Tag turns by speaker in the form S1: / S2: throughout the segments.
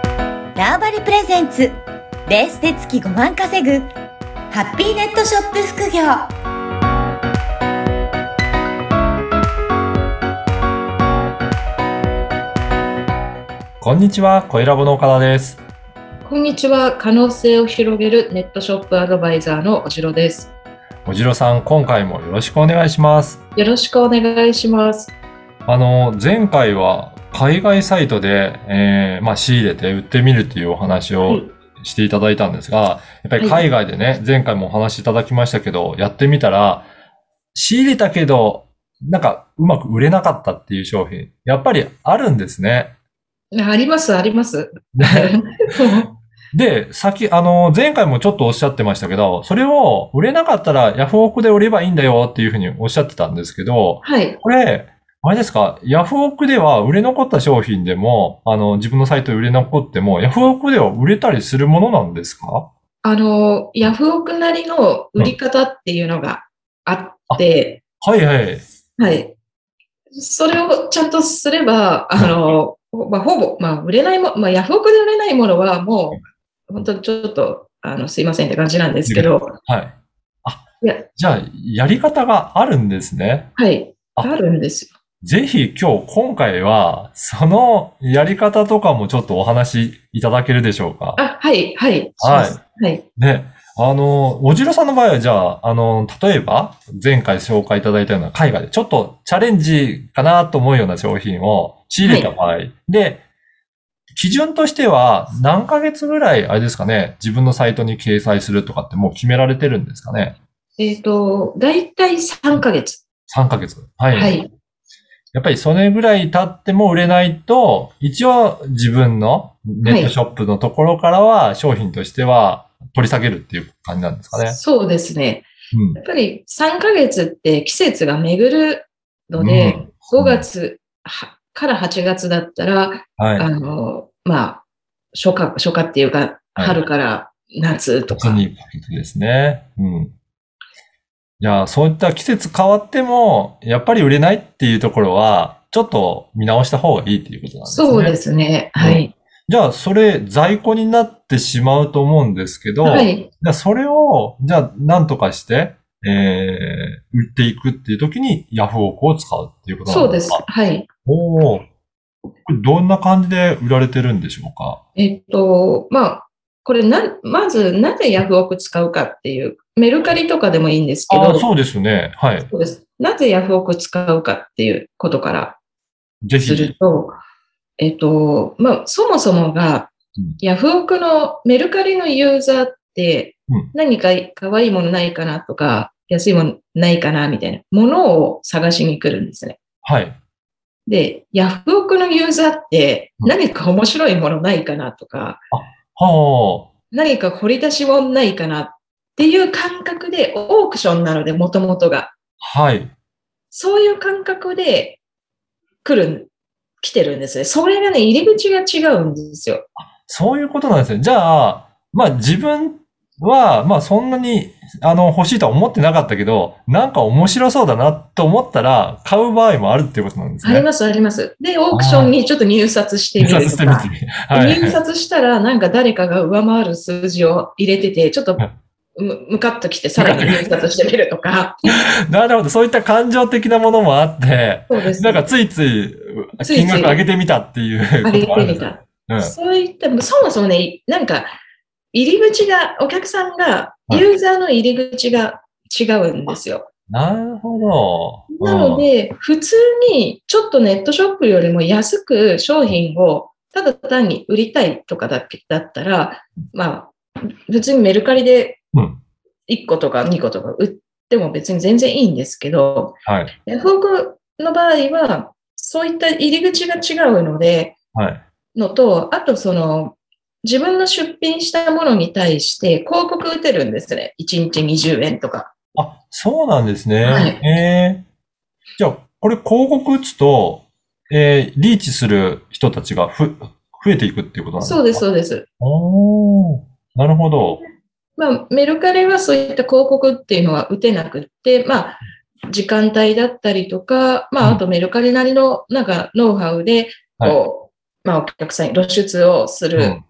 S1: ターバリプレゼンツベースで月5万稼ぐハッピーネットショップ副業
S2: こんにちは、声ラボの岡田です。
S3: こんにちは。可能性を広げるネットショップアドバイザーのおしろです。
S2: おじろさん、今回もよろしくお願いします。
S3: よろしくお願いします。
S2: あの、前回は海外サイトで、えーまあ、仕入れて売ってみるっていうお話
S3: は
S2: を
S3: い
S2: していただいたんですが、やっぱり海外でね、前回もお話しいただきましたけど、やってみたら、仕入れたけど、なんかうまく売れなかったっていう商品、やっぱりあるんですね。
S3: あります、あります。
S2: で、先、あの、前回もちょっとおっしゃってましたけど、それを売れなかったらヤフオクで売ればいいんだよっていうふうにおっしゃってたんですけど、
S3: はい。
S2: これ、あれですか、ヤフオクでは売れ残った商品でも、あの、自分のサイトで売れ残っても、ヤフオクでは売れたりするものなんですか
S3: あの、ヤフオクなりの売り方っていうのがあって、
S2: はいはい。
S3: はい。それをちゃんとすれば、あの、まあ、ほぼ、まあ、売れないも、まあ、ヤフオクで売れないものはもう、本当にちょっと、あの、すいませんって感じなんですけど、
S2: はい。あ
S3: いや、
S2: じゃあ、やり方があるんですね。
S3: はい。
S2: あ
S3: あるんですよ。
S2: ぜひ今日、今回は、そのやり方とかもちょっとお話しいただけるでしょうか。
S3: あ、はい、はい。しますはい。
S2: ね、あの、おじろさんの場合は、じゃあ、あの、例えば、前回紹介いただいたような海外で、ちょっとチャレンジかなと思うような商品を仕入れた場合、で、基準としては、何ヶ月ぐらい、あれですかね、自分のサイトに掲載するとかってもう決められてるんですかね。
S3: えっ、と、だいたい3ヶ月。
S2: 3ヶ月。はい。
S3: はい。
S2: やっぱりそれぐらい経っても売れないと、一応自分のネットショップのところからは商品としては取り下げるっていう感じなんですかね。
S3: そうですね。
S2: うん
S3: やっぱり3ヶ月って季節が巡るので、
S2: うん
S3: 5月はから8月だったら、
S2: はい。
S3: あの、まあ、初夏、初夏っていうか、
S2: はい
S3: 春から夏と
S2: 夏
S3: か。
S2: にかけてですね。うん。いや、そういった季節変わっても、やっぱり売れないっていうところは、ちょっと見直した方がいいっていうことなんですね。
S3: そうで。すね。はい。
S2: じゃあ、それ、在庫になってしまうと思うんですけど、
S3: はい。
S2: じゃあ、それを、じゃあ、なんとかして、えー、売っていくっていう時に、ヤフオクを使うっていうこと
S3: そ
S2: なん
S3: うで
S2: です
S3: す
S2: か。。
S3: はい。
S2: おーこれどんな感じで売られてるんでしょうか
S3: えっ、と、まあ、これな、まず、なぜヤフオク使うかっていう、メルカリとかでもいいんですけ
S2: あ
S3: ど、
S2: あ、そうですね。はい。
S3: そうです。なぜヤフオク使うかっていうことから
S2: ぜ
S3: す
S2: ひ
S3: る。と、えっと、まあ、そもそもが
S2: うん、
S3: ヤフオクのメルカリのユーザーって
S2: うん、
S3: 何か可愛いものないかなとか、安いものないかなみたいなものを探しに来るんですね。
S2: はい。
S3: で、ヤフオクのユーザーって
S2: うん
S3: 何か面白いものないかなとか、
S2: はあ。
S3: 何か掘り出しもないかなっていう感覚でオークションなので、もともとが。
S2: はい。
S3: そういう感覚で来るん、来てるんですね。それがね、入り口が違うんですよ。
S2: そういうことなんですね。じゃあ、まあ自分は、まあそんなに、あの、欲しいとは思ってなかったけど、なんか面白そうだなと思ったら、買う場合もあるっていうことなんです
S3: あ
S2: ね。
S3: ります、あります。で、オークションにちょっと入札して
S2: 印
S3: みる
S2: 刷し
S3: と
S2: てみ
S3: か。
S2: て。はい。
S3: 入札したら、なんか誰かが上回る数字を入れてて、ちょっと
S2: はい
S3: む、むかっときて、さらに入札してみる とか。
S2: なるほど。そういった感情的なものもあって、
S3: そうです。
S2: なんかついつい、
S3: ついつい
S2: 金額上げてみたっていう
S3: あ
S2: こともあるん
S3: れ
S2: です
S3: みた
S2: ね。
S3: い
S2: うん
S3: な。そういった、そもそもね、なんか、入り口が、お客さんが、ユーザーの入り口が違うんですよ。
S2: なるほど。
S3: なので、普通にちょっとネットショップよりも安く商品をただ単に売りたいとかだけだったら、まあ、別にメルカリで
S2: うん
S3: 1個とか2個とか売っても別に全然いいんですけど、
S2: うん。はい。
S3: ヤフオクの場合は、そういった入り口が違うので、
S2: はい。
S3: のと、あとその、自分の出品したものに対して広告打てるんですね。1日20円とか。
S2: あ、そうなんですね。
S3: はい
S2: ええじゃあ、これ広告打つと、えー、リーチする人たちがふ、増えていくっていうことなんですか
S3: そうです、。そうです。
S2: おーなるほど。
S3: まあ、メルカリはそういった広告っていうのは打てなくって、まあ、時間帯だったりとか、ま
S2: うん
S3: あ、あとメルカリなりの、なんか、ノウハウで、
S2: はい
S3: こう、まあ、お客さんに露出をす
S2: う
S3: る
S2: ん。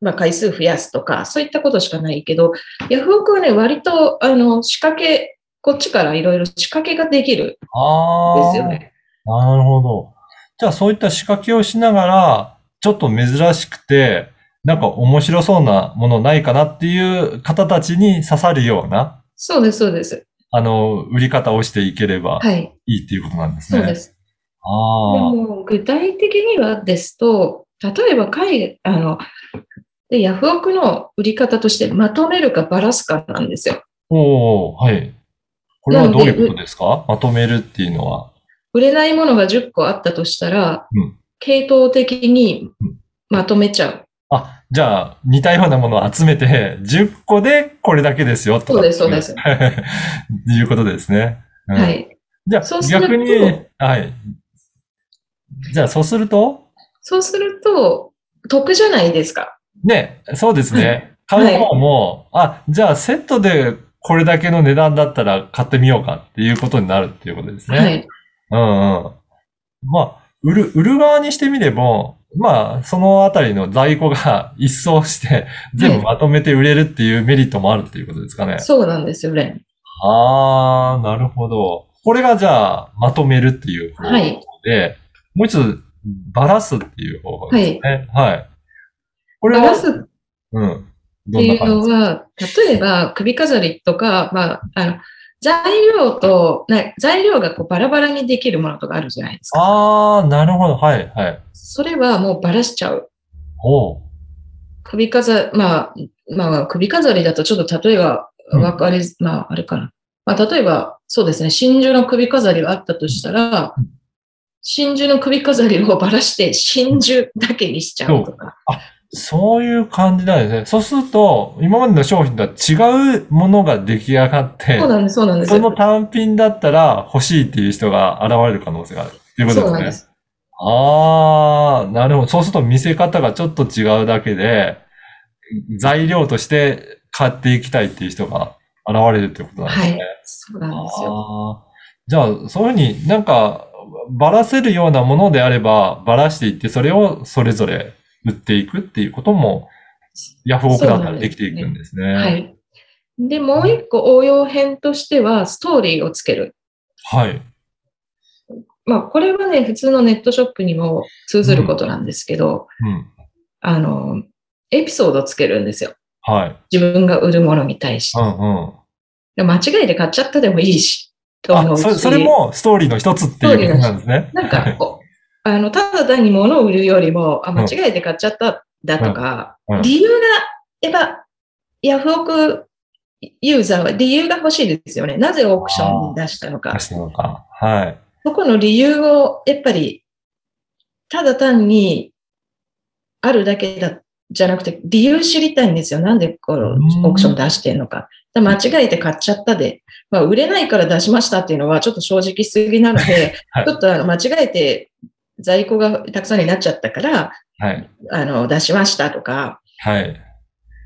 S3: まあ、回数増やすとか、そういったことしかないけど、ヤフオクはね、割と、あの、仕掛け、こっちからいろいろ仕掛けができるん
S2: ああ。
S3: ですよね。
S2: なるほど。じゃあそういった仕掛けをしながら、ちょっと珍しくて、なんか面白そうなものないかなっていう方たちに刺さるような、
S3: そうです、そうです。
S2: あの、売り方をしていければ
S3: はい。
S2: いいっていうことなんです
S3: そ
S2: ね。
S3: うです。で
S2: ああ。
S3: も、具体的にはですと、例えば、海、あの、で、ヤフオクの売り方として、まとめるかばらすかなんですよ。
S2: おおはい。これは
S3: なの
S2: どう
S3: で
S2: いうことですかまとめるっていうのは。
S3: 売れないものが10個あったとしたら、
S2: うん
S3: 系統的に
S2: うん
S3: まとめちゃう。
S2: あ、じゃあ、似たようなものを集めて、10個でこれだけですよ、とか
S3: そうですそうです
S2: いうことですね。うん
S3: はい。
S2: じゃあ、
S3: そうすると
S2: 逆に、はい。じゃあ、そうすると、
S3: そうすると、得じゃないですか。
S2: ね、そうですね。
S3: はい
S2: 買う方も、あ、じゃあ、セットでこれだけの値段だったら買ってみようかっていうことになるっていうことですね。
S3: はい。
S2: うんうん。まあ、売る、売る側にしてみれば、まあ、そのあたりの在庫が 一掃して、全部まとめて売れるっていうメリットもあるっていうことですかね。
S3: そうなんですよね。
S2: ああ、なるほど。これがじゃあ、まとめるっていう方法で、
S3: はい
S2: もう一つ、ばらすっていう方法ですね。はい。これ
S3: バ
S2: は
S3: ラ、すっ
S2: うん。ど
S3: て
S2: ん
S3: い
S2: な
S3: うの
S2: 感じ
S3: は、例えば首飾りとか、まあ、あの、材料と、な材料がこうバラバラにできるものとかあるじゃないですか。
S2: ああ、なるほど。はい、はい。
S3: それはもうバラしちゃう。
S2: おう。
S3: 首飾り、まあ、まあ、首飾りだとちょっと例えば、
S2: うん
S3: わかり、まあ、あれかな。まあ、例えば、そうですね、真珠の首飾りがあったとしたら
S2: うん、
S3: 真珠の首飾りをバラして真珠だけにしちゃうとか。
S2: そういう感じなんですね。そうすると、今までの商品とは違うものが出来上がって
S3: そう、なんです、そうなんです。
S2: その単品だったら欲しいっていう人が現れる可能性があるっていうこと
S3: そう
S2: です
S3: なん
S2: ね
S3: で。す。
S2: ああ、なるほど。そうすると見せ方がちょっと違うだけで、材料として買っていきたいっていう人が現れるってことなんです
S3: はい
S2: ね。。
S3: そうなんですよ。
S2: ああ。じゃあ、そういうふうになんか、ばらせるようなものであれば、ばらしていって、それをそれぞれ売っていくっていうことも、ヤフオクだったらできていくんですね。
S3: は。い。で、もう一個応用編としては、ストーリーをつける。
S2: はい。
S3: まあ、これはね、普通のネットショップにも通ずることなんですけど、
S2: うん。
S3: あの、エピソードをつけるんですよ。
S2: はい。
S3: 自分が売るものに対し
S2: う
S3: て。
S2: んうん。
S3: で間違いで買っちゃったでもいいし、と思
S2: あ、
S3: うし
S2: そそれもストーリーの一つっていうことなんですね。
S3: なんかこう、あの、ただ単に物を売るよりも、あ、間違えて買っちゃっただとか、
S2: うんうん
S3: 理由が、やっぱ、ヤフオクユーザーは理由が欲しいですよね。なぜオークションに出したのか
S2: 出。したのか。はい。
S3: そこの理由を、やっぱり、ただ単に、あるだけだ、じゃなくて、理由知りたいんですよ。なんでこの
S2: うん
S3: オークション出してんのか。だ間違えて買っちゃったで、まあ、売れないから出しましたっていうのは、ちょっと正直しすぎなので、
S2: はい
S3: ちょっとあの間違えて在庫がたくさんになっちゃったから、
S2: はい。
S3: あの、出しましたとか、
S2: はい。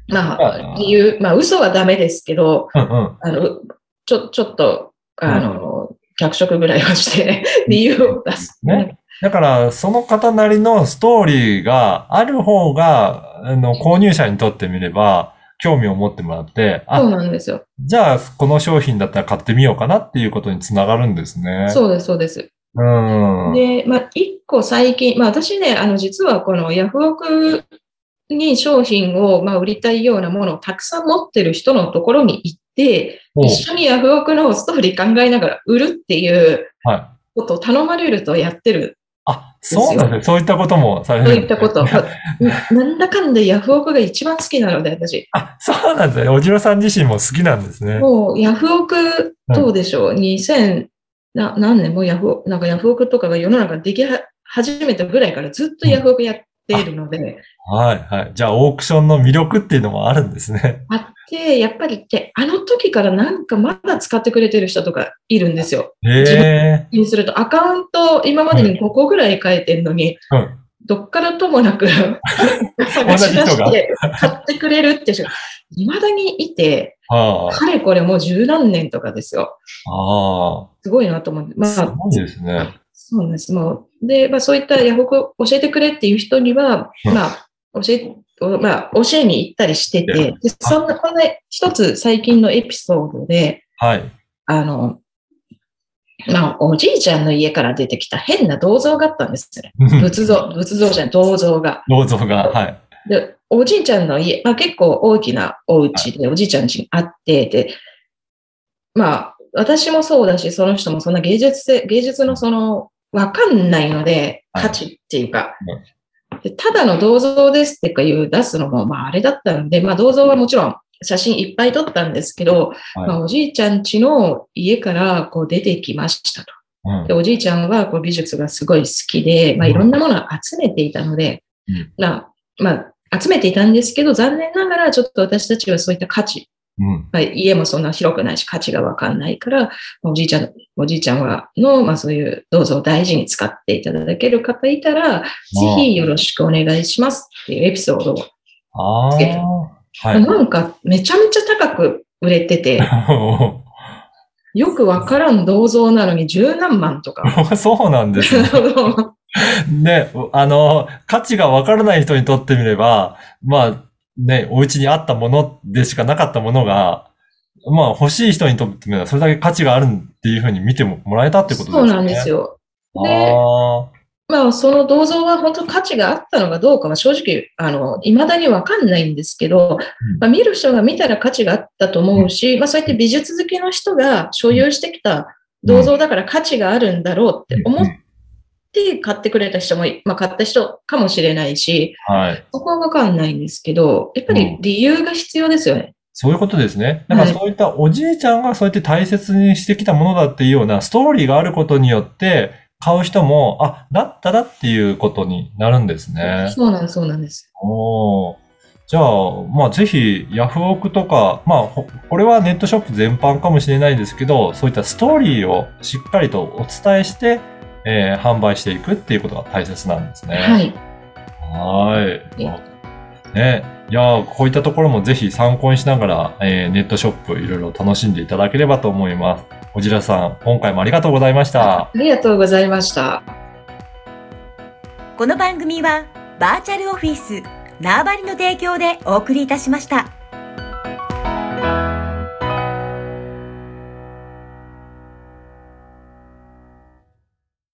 S3: ま
S2: あ
S3: あ
S2: ー、
S3: 理由、まあ、嘘はダメですけど、
S2: うんうん。
S3: あの、ちょ、ちょっと、あの、脚色ぐらいをして、 理由を出す。
S2: ねだから、その方なりのストーリーがある方が、あの、購入者にとってみれば、興味を持ってもらって、
S3: そう
S2: あ、
S3: なんですよ。
S2: じゃあ、この商品だったら買ってみようかなっていうことにつながるんですね。う。
S3: そうです、そうです。
S2: うん。
S3: で、まあ、一個最近、まあ、私ね、あの、実はこのヤフオクに商品を、まあ、売りたいようなものをたくさん持ってる人のところに行って、
S2: おう
S3: 一緒にヤフオクのストーリー考えながら売るっていう
S2: はい。
S3: ことを頼まれるとやってる。
S2: あ、そうなんですね。そういったこともされ
S3: そ
S2: る。
S3: ういったこと。まあなんだかんだヤフオクが一番好きなので、私。
S2: あ、そうなんですね。おじろさん自身も好きなんですね。
S3: もう、ヤフオク、どうでしょう、2000な、何年もヤフオク、なんかヤフオクとかが世の中できは始めたぐらいからずっとヤフオクやっているので、
S2: はい、はい。じゃあ、オークションの魅力っていうのもあるんですね。
S3: あって、やっぱりって、あの時からなんかまだ使ってくれてる人とかいるんですよ。自
S2: へえ。
S3: にすると、アカウント今までに5個ぐらい変えてるのに、
S2: うん
S3: どっからともな く探し
S2: 同
S3: 出
S2: じ人が
S3: して買ってくれるって人、未だにいて、
S2: ああ。
S3: かれこれもう十何年とかですよ。
S2: あ
S3: すごいなと思って。ますあ、
S2: ごいですね。
S3: そうなんです。もう、で、まあそういったヤフオクを教えてくれっていう人には、
S2: うん
S3: まあ、教えを、まあ、教えに行ったりしてて、でそんな、こんな一つ最近のエピソードで、
S2: はい。
S3: あの、まあ、おじいちゃんの家から出てきた変な銅像があったんですよね。仏像、仏像じゃない、銅像が。
S2: 銅像が、はい。
S3: で、おじいちゃんの家、まあ結構大きなお家で、おじいちゃん家にあって、で、まあ、私もそうだし、その人もそんな芸術性、芸術のその、わかんないので、
S2: はい
S3: 価値っていうか、でただの銅像ですっていう出すのも、まああれだったので、まあ銅像はもちろん写真いっぱい撮ったんですけど、
S2: はい
S3: まあおじいちゃん家の家からこう出てきましたと。
S2: うん
S3: で、おじいちゃんはこう美術がすごい好きで、まあ、
S2: うん
S3: いろんなものを集めていたので、
S2: うん
S3: なまあ、集めていたんですけど、残念ながらちょっと私たちはそういった価値、
S2: うん。
S3: まあ、家もそんな広くないし価値がわかんないから、まあおじいちゃん、おじいちゃんはの、まあそういう銅像を大事に使っていただける方いたら、ぜひよろしくお願いしますっていうエピソードを、
S2: ああ
S3: つけて
S2: ー。はい。
S3: なんかめちゃめちゃ高く売れてて、よくわからん銅像なのに十何万とか。
S2: そう なんですね。ね、あの、価値がわからない人にとってみれば、まあ、ね、お家にあったものでしかなかったものが、まあ欲しい人にとってみれば、それだけ価値があるっていうふうに見てもらえたってことです よ
S3: そう
S2: ね。
S3: なんですよ。で
S2: あ
S3: まあ、その銅像は本当価値があったのかどうかは正直、あの、未だにわかんないんですけ
S2: うん
S3: ど、まあ、見る人が見たら価値があったと思うし、まあ、そうやって美術好きの人が所有してきた銅像だから価値があるんだろうって思って買ってくれた人も、まあ、買った人かもしれないし、
S2: あ。はい。
S3: そこはわかんないんですけど、やっぱり理由が必要ですよね。
S2: そういうことですね。だから
S3: はい
S2: そういったおじいちゃんがそうやって大切にしてきたものだっていうようなストーリーがあることによって、買う人も、あ、だったらっていうことになるんですね。
S3: そうなんです、そうなんです。
S2: おーじゃあ、まあ、ぜひ、ヤフオクとか、まあ、ほこれはネットショップ全般かもしれないですけど、そういったストーリーをしっかりとお伝えして、えー販売していくっていうことが大切なんですね。
S3: はい。
S2: はーい。ね、いやーこういったところもぜひ参考にしながら、えーネットショップいろいろ楽しんでいただければと思います。おじらさん、今回もありがとうございました
S3: あ。りがとうございました。
S1: この番組はバーチャルオフィス縄張りの提供でお送りいたしました。